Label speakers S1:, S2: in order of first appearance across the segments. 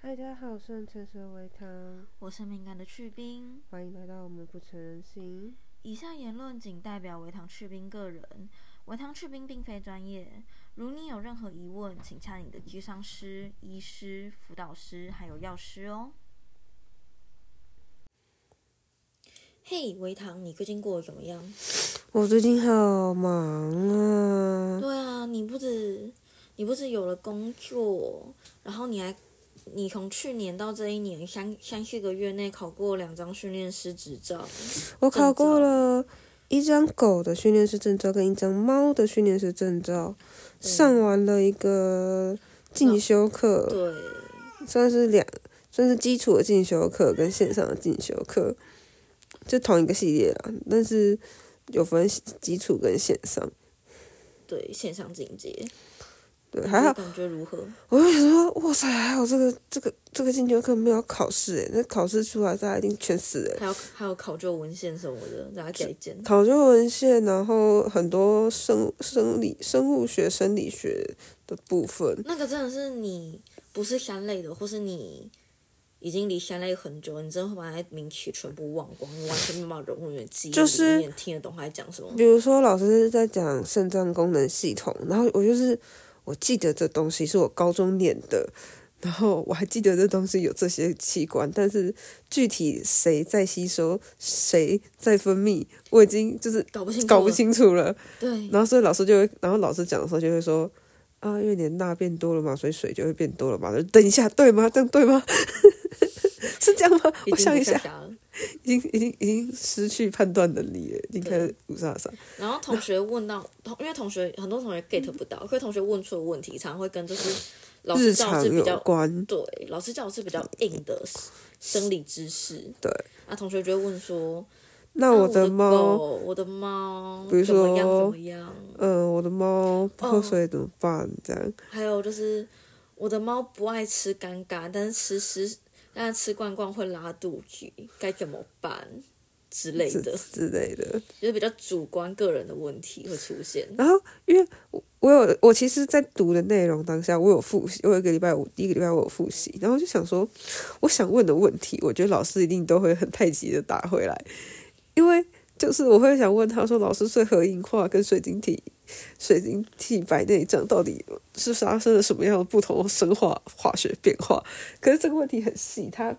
S1: 嗨，大家好，我是陈舌为汤，
S2: 我是敏感的去冰。
S1: 欢迎来到我们不成人形。
S2: 以下言论仅代表维糖去冰个人，维糖去冰并非专业。如你有任何疑问，请洽你的智商师、医师、辅导师还有药师哦。嘿，维糖，你最近过得怎么样？
S1: 我最近好忙啊，
S2: 对啊，你不止你不止有了工作，然后你还你从去年到这一年三三四个月内考过两张训练师执照，
S1: 我考过了一张狗的训练师证照跟一张猫的训练师证照，
S2: 对
S1: 上完了一个进修课，
S2: 对，
S1: 算是两，算是基础的进修课跟线上的进修课，就同一个系列啦，但是有分基础跟线上。
S2: 对线上进阶，
S1: 对，还好
S2: 感觉如何？
S1: 我就想说，哇塞，还有这个这个这个进修课没有考试诶，那考试出来大家一定全死诶。
S2: 还有还有考究文献什么的，大家改建。
S1: 考究文献，然后很多生生理、生物学、生理学的部分，
S2: 那个真的是你不是三类的，或是你已经离三类很久，你真的会把那些名词全部忘光，你完全没办法融入你的记忆里面，
S1: 就是
S2: 听得懂他在讲什么。
S1: 比如说老师在讲肾脏功能系统，然后我就是我记得这东西是我高中念的，然后我还记得这东西有这些器官，但是具体谁在吸收，谁在分泌，我已经就是
S2: 搞不清楚，
S1: 搞不。清楚了。
S2: 对，
S1: 然后所以老师就会，然后老师讲的时候就会说，啊，因为你的钠变多了嘛，所以水就会变多了嘛。就等一下，对吗？这样对吗？ 是这样吗？
S2: 已
S1: 我
S2: 经
S1: 想
S2: 不
S1: 一下，
S2: 下了。
S1: 已经已经已经失去判断能力了，已经开始五杀杀。
S2: 然后同学问到，同因为同学很多同学 get 不到，可是同学问出的问题，常常会跟就是老
S1: 日
S2: 师教的
S1: 常
S2: 是比
S1: 有
S2: 较
S1: 关，
S2: 对，老师教的是比较硬的生理知识。
S1: 对。
S2: 啊，同学就会问说，
S1: 那
S2: 啊
S1: 我
S2: 我
S1: 的
S2: 狗
S1: 猫，
S2: 我的猫，
S1: 比如
S2: 怎么样
S1: 说
S2: 怎么样？
S1: 嗯、我的猫不喝
S2: 哦
S1: 水怎么办？这样
S2: 还有就是我的猫不爱吃干干，但是吃吃，但是吃罐罐会拉肚子，该怎么办之类
S1: 之
S2: 的，
S1: 之类的。
S2: 就是比较主观个人的问题会出现。
S1: 然后因为我我有我其实，在读的内容当下，我有复习，我有一个礼拜我第一个礼拜我有复习，然后我就想说，我想问的问题，我觉得老师一定都会很太急的打回来，因为就是我会想问他说，老师最核硬化跟水晶体。水晶体白内障到底是发生了什么样的不同的生化化学变化？可是这个问题很细，它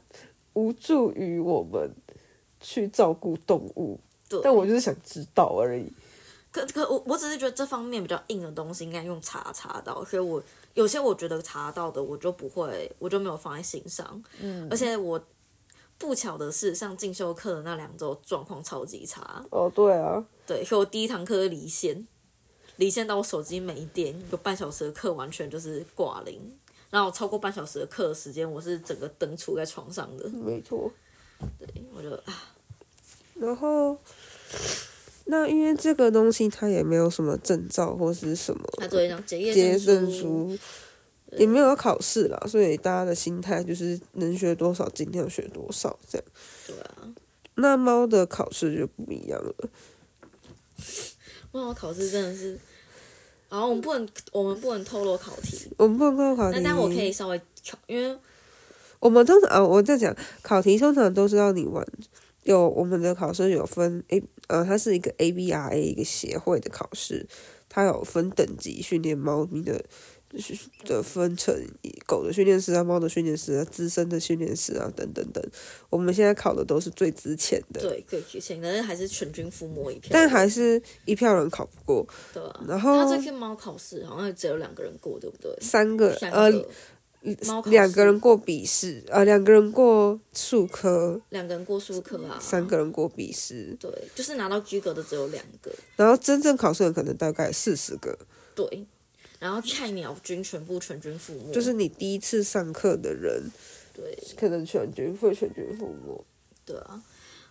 S1: 无助于我们去照顾动物，
S2: 对，
S1: 但我就是想知道而已。
S2: 可可我我只是觉得这方面比较硬的东西应该用查查到，所以我有些我觉得查到的我就不会，我就没有放在心上。嗯，而且我不巧的是，上进修课的那两周状况超级差，
S1: 哦，对啊，
S2: 对，所以我第一堂课就离线，离线到我手机没电，有半小时的课完全就是挂零。然后超过半小时的课时间，我是整个灯杵在床上的，
S1: 没错。
S2: 我就啊
S1: 然后，那因为这个东西它也没有什么证照或是什么
S2: 那对，然后结
S1: 结
S2: 业
S1: 证，书，也没有要考试啦，所以大家的心态就是能学多少尽量学多少这样。
S2: 对啊，
S1: 那猫的考试就不一样了，
S2: 哇，我考试真的是，然后我们不能，我们不能透露考题，
S1: 我们不能够考题
S2: 那。但我可以稍微考，因
S1: 嗯
S2: 为
S1: 我们通常啊，我在讲考题，通常都是让你玩。有我们的考试有分 A，呃，它是一个 ABRA 一个协会的考试，它有分等级训练猫咪的的分成，狗的训练师啊，猫的训练师啊，资深的训练师啊，等等等。我们现在考的都是最值钱的，
S2: 对可以举行，但是还是全军覆没一片，
S1: 但还是一票人考不过，
S2: 对啊。
S1: 然
S2: 他
S1: 后
S2: 这次猫考试好像只有两个人过，对不对？
S1: 三个
S2: 三
S1: 呃
S2: 个猫考试
S1: 两个人过笔试，呃两个人过数科，
S2: 两个人过数科啊，
S1: 三个人过笔试，
S2: 对，就是拿到居格的只有两个，
S1: 然后真正考试的可能大概四十个，
S2: 对。然后菜鸟军全部全军覆没，
S1: 就是你第一次上课的人，
S2: 对
S1: 可能全军会全军覆没。
S2: 对啊。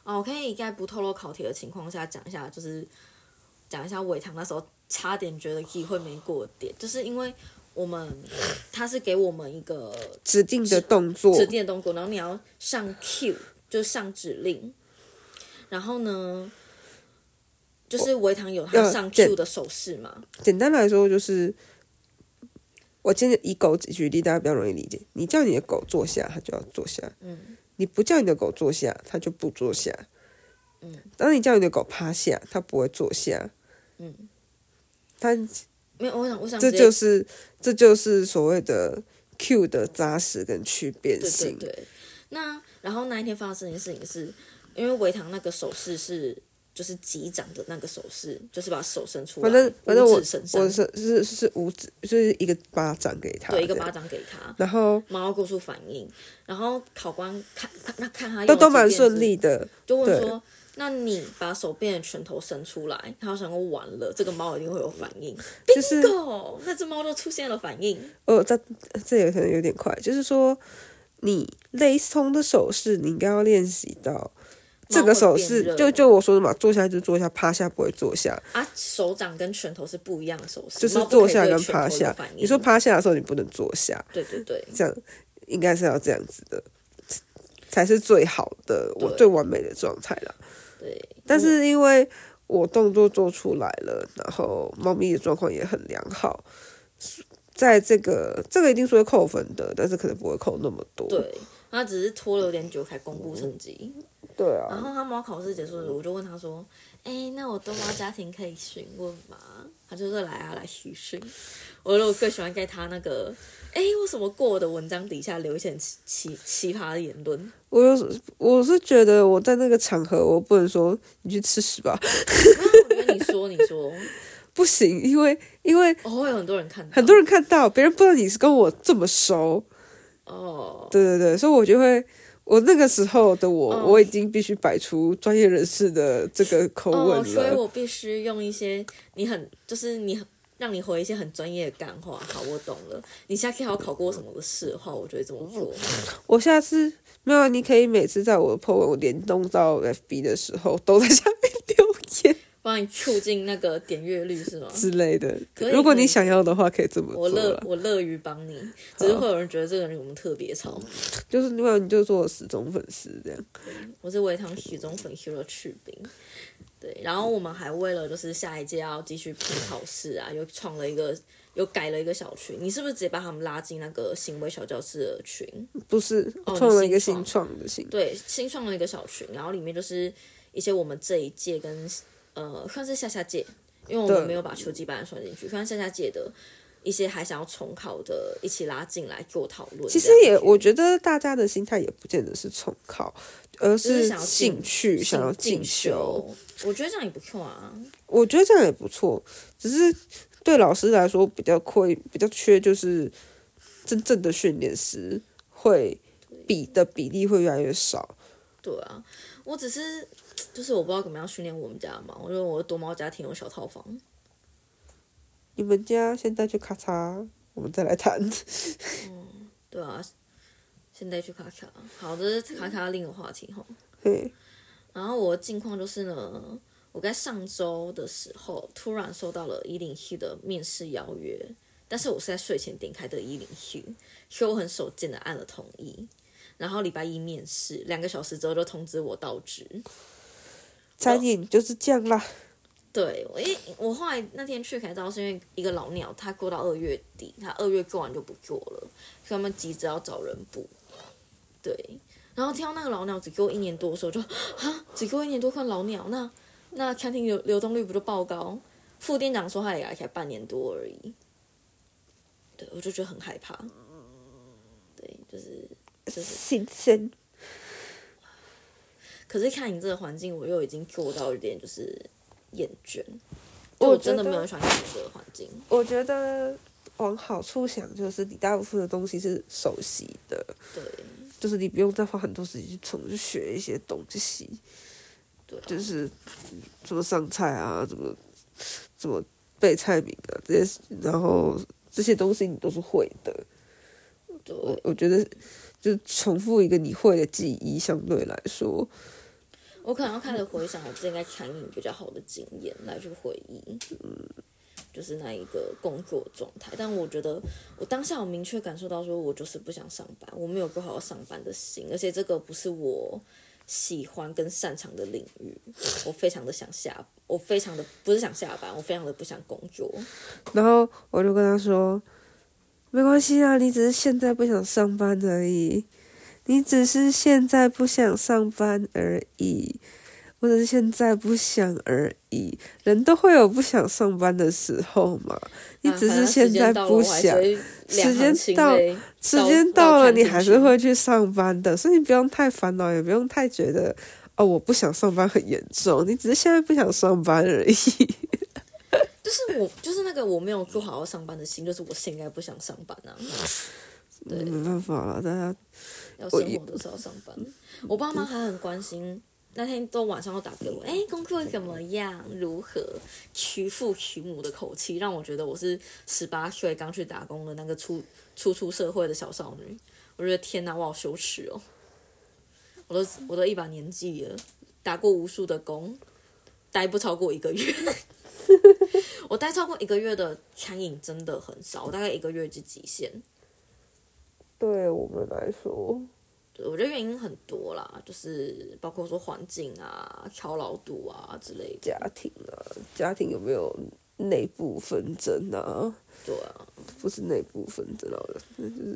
S2: 哦，我可以在不透露考题的情况下讲一下，就是讲一下伟堂那时候差点觉得机会没过的点，就是因为我们他是给我们一个
S1: 指定的动作，
S2: 指定的动作，然后你要上 Q，就是上指令。然后呢，就是维唐有他
S1: 要
S2: 上
S1: 简
S2: Q 的手势嘛，
S1: 简单来说就是我今天以狗举例，大家比较容易理解。你叫你的狗坐下，它就要坐下；
S2: 嗯
S1: 你不叫你的狗坐下，它就不坐下。
S2: 嗯
S1: 当你叫你的狗趴下，它不会坐下。
S2: 嗯，
S1: 它
S2: 没有，我想我想
S1: 这
S2: 直接
S1: 就是这就是所谓的 Q 的扎实跟区别
S2: 对对
S1: 性。
S2: 对。那然后那一天发生的事情是，因为维唐那个手势是就是击掌的那个手势，就是把手伸出来，
S1: 反正反正
S2: 五
S1: 我
S2: 指伸上
S1: 我是啊是是五指，就是一个巴掌给它，
S2: 对一个
S1: 这样
S2: 巴。掌给他，
S1: 然后
S2: 马上给出反应，然后考官看看那看他
S1: 都
S2: 用
S1: 都
S2: 了几
S1: 蛮
S2: 遍
S1: 顺
S2: 之
S1: 利的，
S2: 就问
S1: 对
S2: 说：“那你把手变成拳头伸出来，他想说完了，这个猫一定会有反应。
S1: 就是
S2: 够，那只猫都出现了反应。
S1: 呃，这这也可能有点快，就是说你雷同的手势，你应该要练习到这个手
S2: 猫会变
S1: 势。
S2: 热
S1: 就就我说的嘛，坐下就坐下，趴下不会坐下，
S2: 啊，手掌跟拳头是不一样的手势，
S1: 就是
S2: 猫不可
S1: 坐
S2: 以
S1: 下
S2: 对
S1: 跟
S2: 拳
S1: 趴
S2: 头有
S1: 下
S2: 反。应
S1: 你说趴下的时候，你不能坐下，
S2: 对对对，
S1: 这样应该是要这样子的，才是最好的，我
S2: 对
S1: 最完美的状态啦。
S2: 对，
S1: 但是因为我动作做出来了，然后猫咪的状况也很良好，在这个这个一定是会扣分的，但是可能不会扣那么多。
S2: 对，他只是拖了有点久才公布成绩。
S1: 对啊，
S2: 然后他猫考试结束
S1: 哦
S2: 的时候，我就问他说：“哎，那我逗猫家庭可以询问吗？”他就说：“来啊，来询询。”我说：“我更喜欢在他那个，哎，为什么过我的文章底下留一些很奇奇奇葩的言论？
S1: 我有时我是觉得我在那个场合，我不能说你去吃屎吧，
S2: 没有我跟你说，你说，
S1: 不行，因为因为
S2: 哦，会有很多人看到，
S1: 很多人看到，别人不知道你是跟我这么熟，
S2: 哦，
S1: 对对对，所以我就会，我那个时候的我，
S2: 嗯
S1: 我已经必须摆出专业人士的这个口
S2: 哦，
S1: 吻
S2: 所以
S1: 了，
S2: 我必须用一些你很，就是你很让你回一些很专业的干话。好，我懂了。你下次还要考过我什么的事的话，我就会这么
S1: 哦
S2: 做。
S1: 我下次。没有啊，你可以每次在我的 po 文我联动到 FB 的时候，都在下面留言
S2: 帮你促进那个点阅率是吗？
S1: 之类的。
S2: 可以
S1: 如果
S2: 可
S1: 你
S2: 以
S1: 想要的话，可以这么
S2: 我
S1: 做
S2: 乐
S1: 啦。
S2: 我乐于帮你，只是会有人觉得这个人我们特别吵。
S1: 就是如果你就做我死忠粉丝这样，
S2: 我是维唐许忠粉 hero 去冰，对，然后我们还为了就是下一届要继续拼考试啊，又创了一个又改了一个小群。你是不是直接把他们拉进那个行为小教室的群？
S1: 不是
S2: 哦
S1: 创了一个
S2: 新
S1: 新创的新
S2: 对，新创了一个小群，然后里面就是一些我们这一届跟呃算是下下届，因为我
S1: 对
S2: 们没有把秋季班算进
S1: 嗯
S2: 去，算下下届的一些还想要重考的，一起拉进来做讨论。
S1: 其实也，我觉得大家的心态也不见得是重考，而
S2: 就是想要
S1: 兴
S2: 进
S1: 趣想要
S2: 进
S1: 进修。，
S2: 我觉得这样也不错啊。
S1: 我觉得这样也不错，只是对老师来说比较亏，比较缺就是真正的训练师会比的比例会越来越少。
S2: 对啊，我只是就是我不知道怎么样训练我们家的猫，因为我的躲猫家庭有小套房，
S1: 你们家现在就咔嚓，我们再来谈。
S2: 对啊，现在去卡卡，好，这是卡卡另一个话题吼。
S1: 嘿，
S2: 然后我的近况就是呢，我在上周的时候突然收到了一零一的面试邀约，但是我是在睡前点开的一零一，所以我很手贱的按了同意。然后礼拜一面试，两个小时之后就通知我到职。
S1: 餐饮就是这样啦。
S2: 对，我一我后来那天去才知道，是因为一个老鸟他过到二月底，他二月过完就不做了，所以他们急着要找人补。对，然后听到那个老鸟只给我一年多的时候，我就啊，只给我一年多看老鸟，那那餐厅流流动率不就爆高？副店长说他也才半年多而已。对，我就觉得很害怕。对，就是就是
S1: 新鲜，
S2: 可是看你这个环境，我又已经做到有点就是厌倦，
S1: 我
S2: 就我真的
S1: 觉得
S2: 没有很喜欢看这个环境。
S1: 我觉得往好处想，就是你大部分的东西是熟悉的。
S2: 对
S1: 就是你不用再花很多时间去重新学一些东西，
S2: 对啊、
S1: 就是嗯怎么上菜啊，怎么怎么备菜名啊这些事，然后这些东西你都是会的。我
S2: 对，
S1: 我觉得就是重复一个你会的记忆，相对来说，
S2: 我可能要开始回想我之前在餐饮比较好的经验来去回忆，
S1: 嗯
S2: 就是那一个工作状态。但我觉得我当下有明确感受到，说我就是不想上班，我没有做好上班的心，而且这个不是我喜欢跟擅长的领域，我非常的想下，我非常的不是想下班，我非常的不想工作。
S1: 然后我就跟他说，没关系啊，你只是现在不想上班而已，你只是现在不想上班而已，或者是现在不想而已。人都会有不想上班的时候嘛，你只是现在不想，时间到时间到了你还是会去上班的，所以你不用太烦恼，也不用太觉得哦我不想上班很严重，你只是现在不想上班而已。
S2: 就是我，就是那个我没有做好好上班的心，就是我现在不想上班啊。对，
S1: 没办法了，大家
S2: 要生活都是要上班。我爸妈还很关心，那天都晚上都打给我，哎、功课怎么样？如何？娶父娶母的口气，让我觉得我是十八岁刚去打工的那个初初出社会的小少女。我觉得天哪，我好羞耻哦！我都我都一把年纪了，打过无数的工，待不超过一个月。 我待超过一个月的餐饮真的很少，我大概一个月就极限。
S1: 对我们来说，
S2: 对我觉得原因很多啦，就是包括说环境啊、超劳度啊之类的。
S1: 家庭啊，家庭有没有内部纷争啊？
S2: 对啊，
S1: 不是内部纷争啊，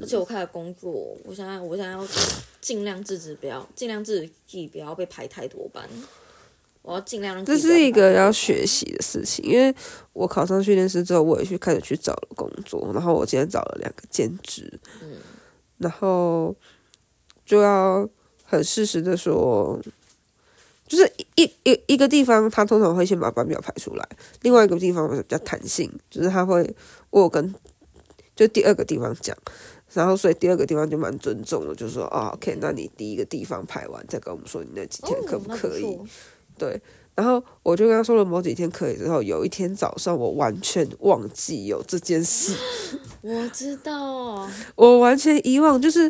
S2: 而且我开始工作，我现在我现在要尽量制止，不要尽量制止不要被排太多班。我要尽量让自
S1: 这
S2: 己不
S1: 是一个
S2: 被排太多
S1: 要
S2: 班
S1: 学习的事情。因为我考上训练师之后，我也去开始去找了工作，然后我今天找了两个兼职，
S2: 嗯
S1: 然后就要很适时的说。就是一一一一个地方，他通常会先把班表排出来；另外一个地方比较弹性，就是他会我有跟就第二个地方讲，然后所以第二个地方就蛮尊重的，就说啊、o k 那你第一个地方排完再跟我们说你那几天
S2: 哦
S1: 可不
S2: 那
S1: 可以？
S2: 错
S1: 对，然后我就跟他说了某几天可以之后，有一天早上我完全忘记有这件事，
S2: 我知 道，
S1: 我完全遗忘，就是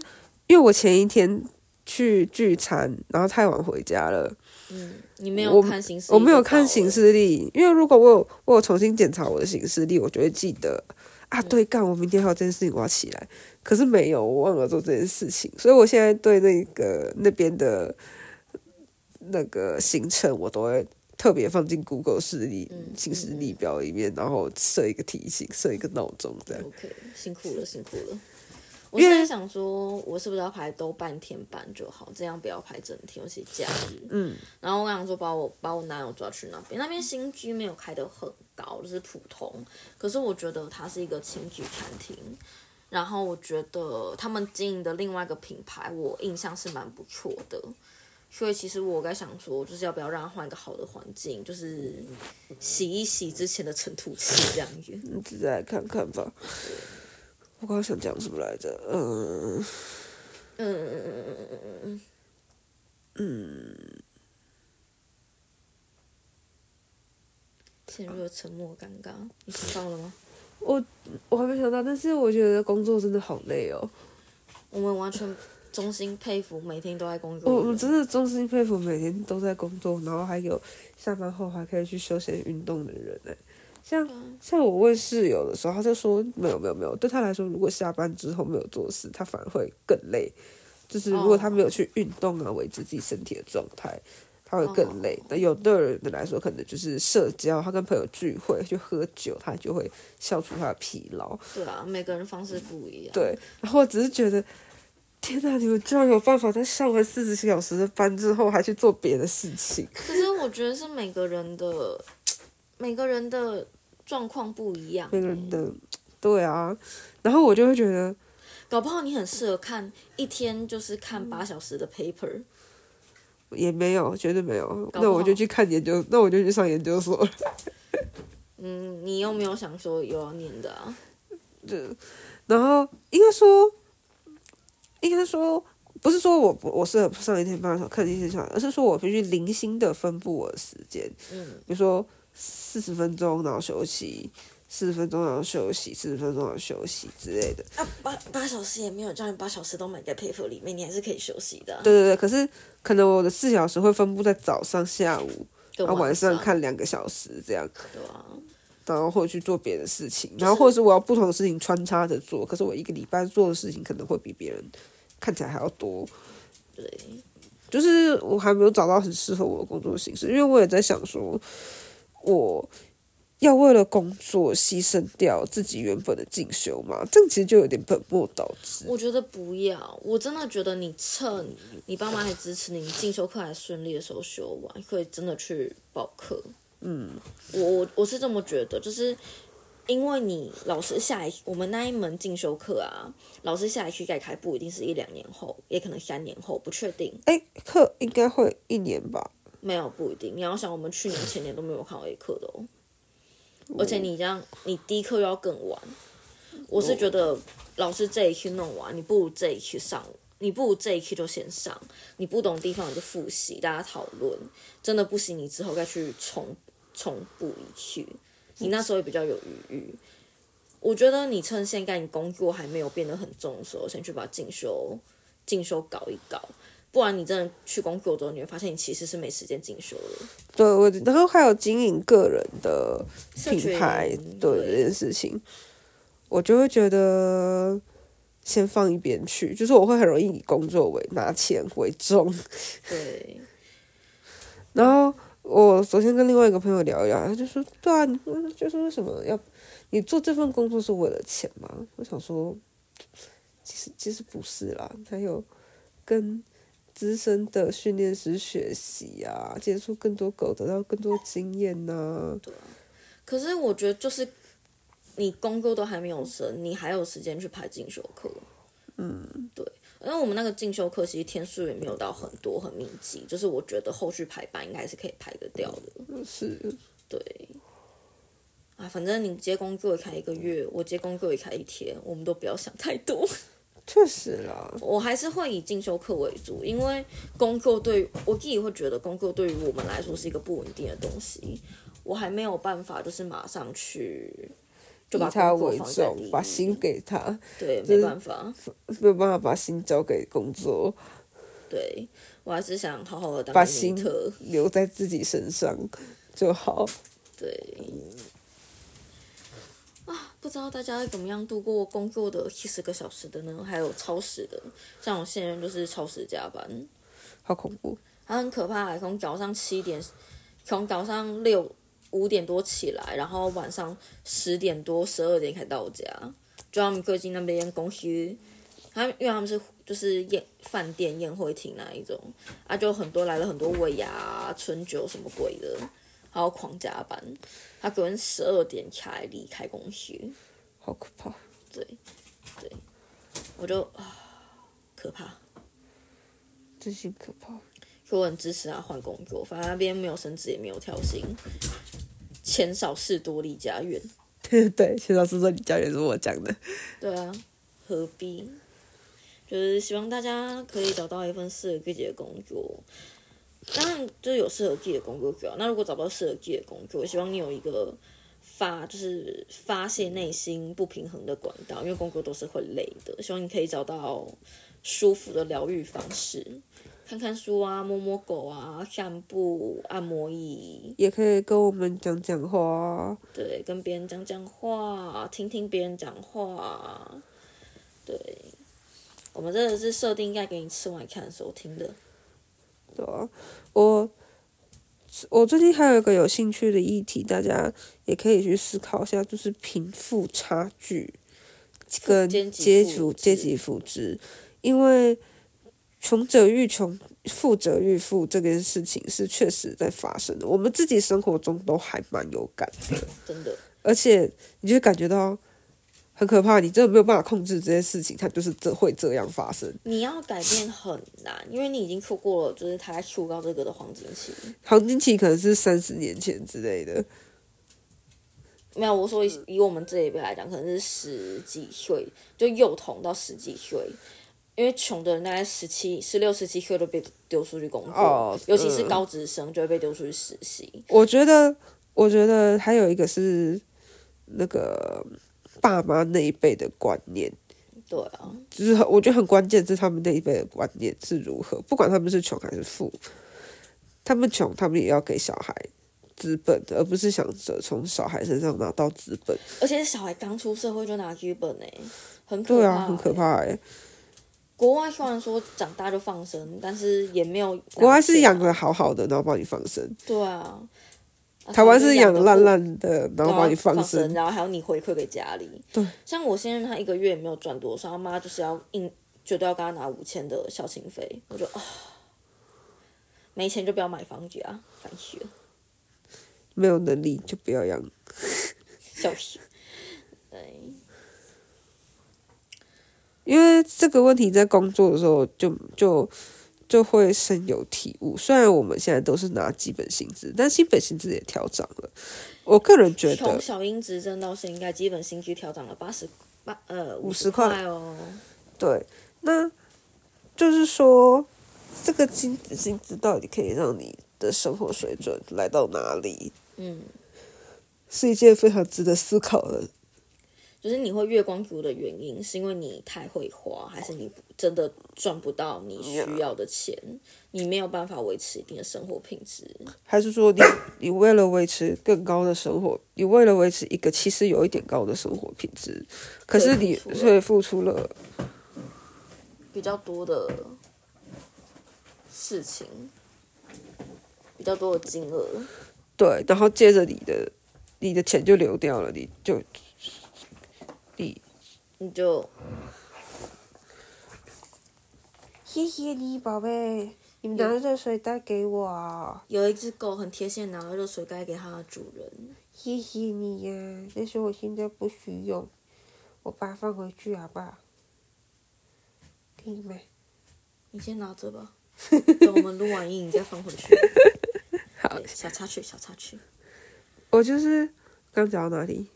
S1: 因为我前一天去聚餐，然后太晚回家了，
S2: 嗯，你没
S1: 我
S2: 有看形势，
S1: 我没有看行，事历，因为如果我有我有重新检查我的行事历，我就会记得啊，对，干我明天还有这件事情我要起来，可是没有，我忘了做这件事情，所以我现在对那个那边的那个行程我都会。特别放进 Google 视力
S2: 嗯
S1: 行事历表里面，然后设一个提醒，设一个闹钟，这样
S2: OK，辛苦了，辛苦了。我
S1: 因
S2: 现
S1: 为
S2: 在想说，我是不是要排都半天班就好，这样不要排整天，尤其假日。嗯。然后我想说，把我把我男友抓去那边，那边新居没有开得很高，就是普通。可是我觉得它是一个轻居餐厅，然后我觉得他们经营的另外一个品牌，我印象是蛮不错的。所以其实我该想说，就是要不要让他换一个好的环境，就是洗一洗之前的尘土气这样子。
S1: 你自己来看看吧。我刚刚想讲什么来着？嗯，
S2: 嗯嗯嗯嗯嗯嗯嗯嗯。陷入了沉默，尴尬。你听到了吗？
S1: 我我还没想到，但是我觉得工作真的好累哦。
S2: 我们完全衷心佩服每天都在工作的
S1: 我
S2: 人。
S1: 我真的衷心佩服每天都在工作，然后还有下班后还可以去休闲运动的人呢。像
S2: 啊
S1: 像我问室友的时候，他就说没有没有没有，对他来说，如果下班之后没有做事，他反而会更累。就是
S2: 哦
S1: 如果他没有去运动啊，维持自己身体的状态，他会
S2: 哦
S1: 更累。那有的人来说，可能就是社交，他跟朋友聚会去喝酒，他就会消除他的疲劳。
S2: 对啊，每个人方式不一样。，
S1: 对，然后我只是觉得，天哪，你们居然有办法在上完四十小时的班之后，还去做别的事情？
S2: 可是我觉得是每个人的每个人的状况不一样、欸
S1: 别人的，对啊，然后我就会觉得，
S2: 搞不好你很适合看一天，就是看八小时的 paper。
S1: 也没有，绝对没有。
S2: 搞不
S1: 那我就
S2: 好
S1: 去看研究，那我就去上研究所了。
S2: 嗯，你又没有想说有要念的啊？
S1: 然后应该说，应该说，不是说我不我适合上一天班上看一天上，而是说我必须零星的分布我的时间。
S2: 嗯，
S1: 比如说四十分钟，然后休息。四十分钟，然后休息；四十分钟，然后休息之类的。
S2: 啊，八八小时也没有叫你八小时都买在 paper 里面，你还是可以休息的啊。
S1: 对对对，可是可能我的四小时会分布在早上、下午，
S2: 跟
S1: 然后晚上
S2: 上，
S1: 看两个小时这样，
S2: 对啊，
S1: 然后或者去做别的事情，然后或者是我要不同的事情穿插着做，可是我一个礼拜做的事情可能会比别人看起来还要多。
S2: 对，
S1: 就是我还没有找到很适合我的工作形式，因为我也在想说，我要为了工作牺牲掉自己原本的进修吗？这样其实就有点本末倒置。
S2: 我觉得不要，我真的觉得你趁你爸妈还支持你，你进修课还顺利的时候修完，可以真的去报课。嗯，我我我是这么觉得，就是因为你老师下一我们那一门进修课啊，老师下一期改开不一定是一两年后，也可能三年后，不确定，
S1: 哎，课应该会一年吧？
S2: 没有不一定。你要想，我们去年前年都没有考 A 课的哦，而且你这样，你第一课又要更晚。我是觉得老师这一期弄完，你不如这一期上，你不如这一期就先上。你不懂的地方你就复习，大家讨论。真的不行，你之后再去重重补一期，你那时候也比较有余裕。我觉得你趁现在你工作还没有变得很重的时候，先去把进修进修搞一搞，不然你真的去工作之后，你会发现你其实是没时间进修的。
S1: 对，我然后还有经营个人的品
S2: 群
S1: 牌，对
S2: 对
S1: 这件事情，我就会觉得先放一边去，就是我会很容易以工作为拿钱为重，
S2: 对，
S1: 然后我昨天跟另外一个朋友聊一聊，他就说：“对啊，你就是为什么要你做这份工作是为了钱吗？”我想说，其实其实不是啦，还有跟资深的训练师学习啊，接触更多狗，得到更多经验呐、啊
S2: 可是我觉得就是你工作都还没有升，你还有时间去排进修课。嗯，对，因为我们那个进修课其实天数也没有到很多很密集，就是我觉得后续排班应该是可以排得掉的。
S1: 是
S2: 对，啊，反正你接工作也才一个月，我接工作也才一天，我们都不要想太多。
S1: 确实啦，
S2: 我还是会以进修课为主，因为工作对我自己会觉得工作对于我们来说是一个不稳定的东西，我还没有办法就是马上去就
S1: 以
S2: 把
S1: 他
S2: 工作
S1: 为
S2: 放在第
S1: 重，
S2: 一
S1: 把心给他，
S2: 对
S1: 就
S2: 没
S1: 是
S2: 办法，
S1: 没有办法把心交给工作，
S2: 对我还是想好好的当
S1: 把
S2: 个
S1: 心
S2: 尼特，
S1: 留在自己身上就好。
S2: 对。啊，不知道大家怎么样度过工作的七十个小时的呢？还有超时的，像我现任就是超时加班，
S1: 好恐怖，
S2: 他很可怕，从早上七点，从早上六五点多起来，然后晚上十点多、十二点才到家。就他们最近那边公司，他因为他们是就是宴饭店宴会厅那一种，啊，就很多来了很多尾牙、春酒什么鬼的，还有狂加班。他可能十二点才离开公司，
S1: 好可怕。
S2: 对，对，我就啊，可怕。
S1: 真心可怕。
S2: 所以我很支持他换工作，反正那边没有升职也没有调薪，钱少事多离家远。
S1: 对，学长是说你教练是我讲的，
S2: 对啊，何必？就是希望大家可以找到一份适合自己的工作，当然就是有适合自己的工作就好。那如果找不到适合自己的工作，我希望你有一个发就是发泄内心不平衡的管道，因为工作都是会累的。希望你可以找到舒服的疗愈方式，看看书啊，摸摸狗啊，散步，按摩椅，
S1: 也可以跟我们讲讲话啊。
S2: 对，跟别人讲讲话，听听别人讲话，对，我们这个是设定在给你吃晚餐的时候听的。
S1: 对啊，我我最近还有一个有兴趣的议题，大家也可以去思考一下，就是贫富差距跟
S2: 阶级
S1: 阶
S2: 复
S1: 级
S2: 制
S1: 阶级复制，因为穷者愈穷，富者愈富这件事情是确实在发生的，我们自己生活中都还蛮有感的。
S2: 真的，
S1: 而且你就会感觉到很可怕，你真的没有办法控制这些事情，它就是这会这样发生。
S2: 你要改变很难，因为你已经错过了，就是他在 Q 高这个的黄金期。
S1: 黄金期可能是三十年前之类的，
S2: 没有，我说
S1: 嗯
S2: 以以我们这一辈来讲，可能是十几岁，就幼童到十几岁，因为穷的人大概十七、十六、十七岁都被丢出去工作，
S1: 哦
S2: 尤其是
S1: 嗯
S2: 高职生就会被丢出去实习。
S1: 我觉得，我觉得还有一个是那个爸妈那一辈的观念，
S2: 对啊，
S1: 就是很我觉得很关键是他们那一辈的观念是如何，不管他们是穷还是富，他们穷，他们也要给小孩资本，而不是想着从小孩身上拿到资本。
S2: 而且小孩刚出社会就拿剧本哎、很可怕、欸
S1: 对啊，很可。怕哎、
S2: 国外虽然说长大就放生，但是也没有拿钱啊。
S1: 国外是养的好好的，然后帮你放生。
S2: 对啊，
S1: 台湾是养
S2: 得
S1: 的
S2: 不
S1: 烂烂的，然后把你
S2: 放
S1: 放生。
S2: 然后还要你回馈给家里。
S1: 对，
S2: 像我先生他一个月也没有赚多少，他妈就是要硬绝对要跟他拿五千的孝亲费，我就啊、没钱就不要买房子啊，烦死了，
S1: 没有能力就不要养。
S2: 笑死。对，
S1: 因为这个问题在工作的时候就就就会深有体悟。虽然我们现在都是拿基本薪资，但基本薪资也调涨了。我个人觉
S2: 从
S1: 得，
S2: 小英执政到现在，基本薪资调涨了八十八呃五
S1: 50块
S2: 块哦，
S1: 对，那就是说，这个薪资薪资到底可以让你的生活水准来到哪里，
S2: 嗯，
S1: 是一件非常值得思考的
S2: 就是你会月光族的原因，是因为你太会花，还是你真的赚不到你需要的钱，你没有办法维持一定的生活品质？
S1: 还是说你你为了维持更高的生活，你为了维持一个其实有一点高的生活品质，可是你
S2: 对付出了
S1: 却付出了，
S2: 比较多的事情，比较多的金额，
S1: 对，然后接着你的你的钱就流掉了，你就你
S2: 你就
S1: 谢谢你宝贝，你们
S2: 拿
S1: 热水袋给我啊，
S2: 有一只狗很贴心，拿了热水盖给它的主人。
S1: 谢谢你呀、但是我现在不许用，我把它放回去好不好？可以吗？
S2: 你先拿着吧，等我们录完音，你再放回去。
S1: 好
S2: 对，小插曲，小插曲。
S1: 我就是刚讲到哪里？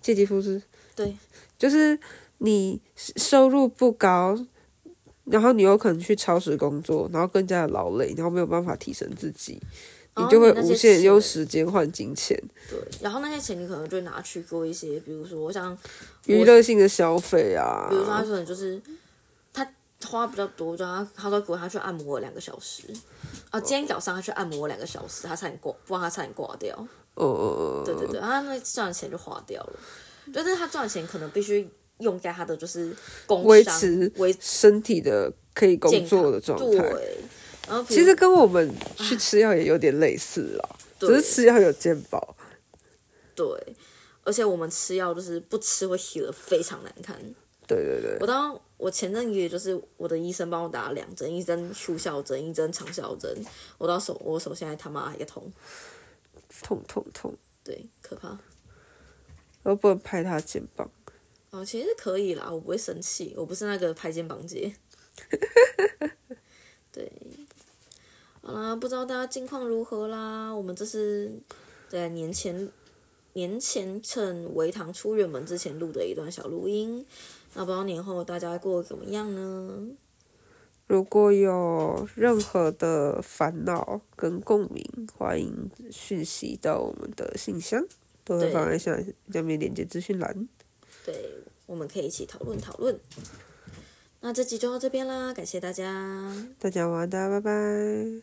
S1: 借机复制。
S2: 对，
S1: 就是你收入不高，然后你有可能去超时工作，然后更加的劳累，然后没有办法提升自己，
S2: 然后
S1: 就会
S2: 哦那
S1: 无
S2: 些
S1: 限用
S2: 钱
S1: 时间换金钱，
S2: 对，然后那些钱你可能就会拿去做一些，比如说像，我
S1: 娱乐性的消费啊
S2: 比。如说他可能就是他花比较多，就他他说给他去按摩了两个小时，
S1: 哦
S2: 啊，今天早上他去按摩了两个小时，他差点挂，不然他差点挂掉。
S1: 呃，
S2: 对对对，他那赚的钱就花掉了，就是他赚的钱可能必须用在他的就是工
S1: 维
S2: 商
S1: 持
S2: 维持
S1: 身体的可以工
S2: 健
S1: 作
S2: 康
S1: 的状态，
S2: 对，然后比
S1: 其
S2: 如
S1: 实跟我们去吃药也有点类似啦，只
S2: 对
S1: 是吃药有健保。
S2: 对，而且我们吃药就是不吃会洗的非常难看。
S1: 对对对，
S2: 我当我前阵子也就是我的医生帮我打了两针，一针速效针，一针长效针，我到手我手现在他妈也痛，
S1: 痛痛痛，
S2: 对，可怕。
S1: 然后不能拍他肩膀。
S2: 哦，其实可以啦，我不会生气，我不是那个拍肩膀姐。对，好啦，不知道大家近况如何啦？我们这是在年前年前趁维唐出远门之前录的一段小录音，那不知道年后大家过得怎么样呢？
S1: 如果有任何的烦恼跟共鸣，欢迎讯息到我们的信箱，都会
S2: 对
S1: 放在下下面连接资讯栏。
S2: 对，我们可以一起讨论讨论。那这集就到这边啦，感谢大家。
S1: 大家晚安，大家拜拜。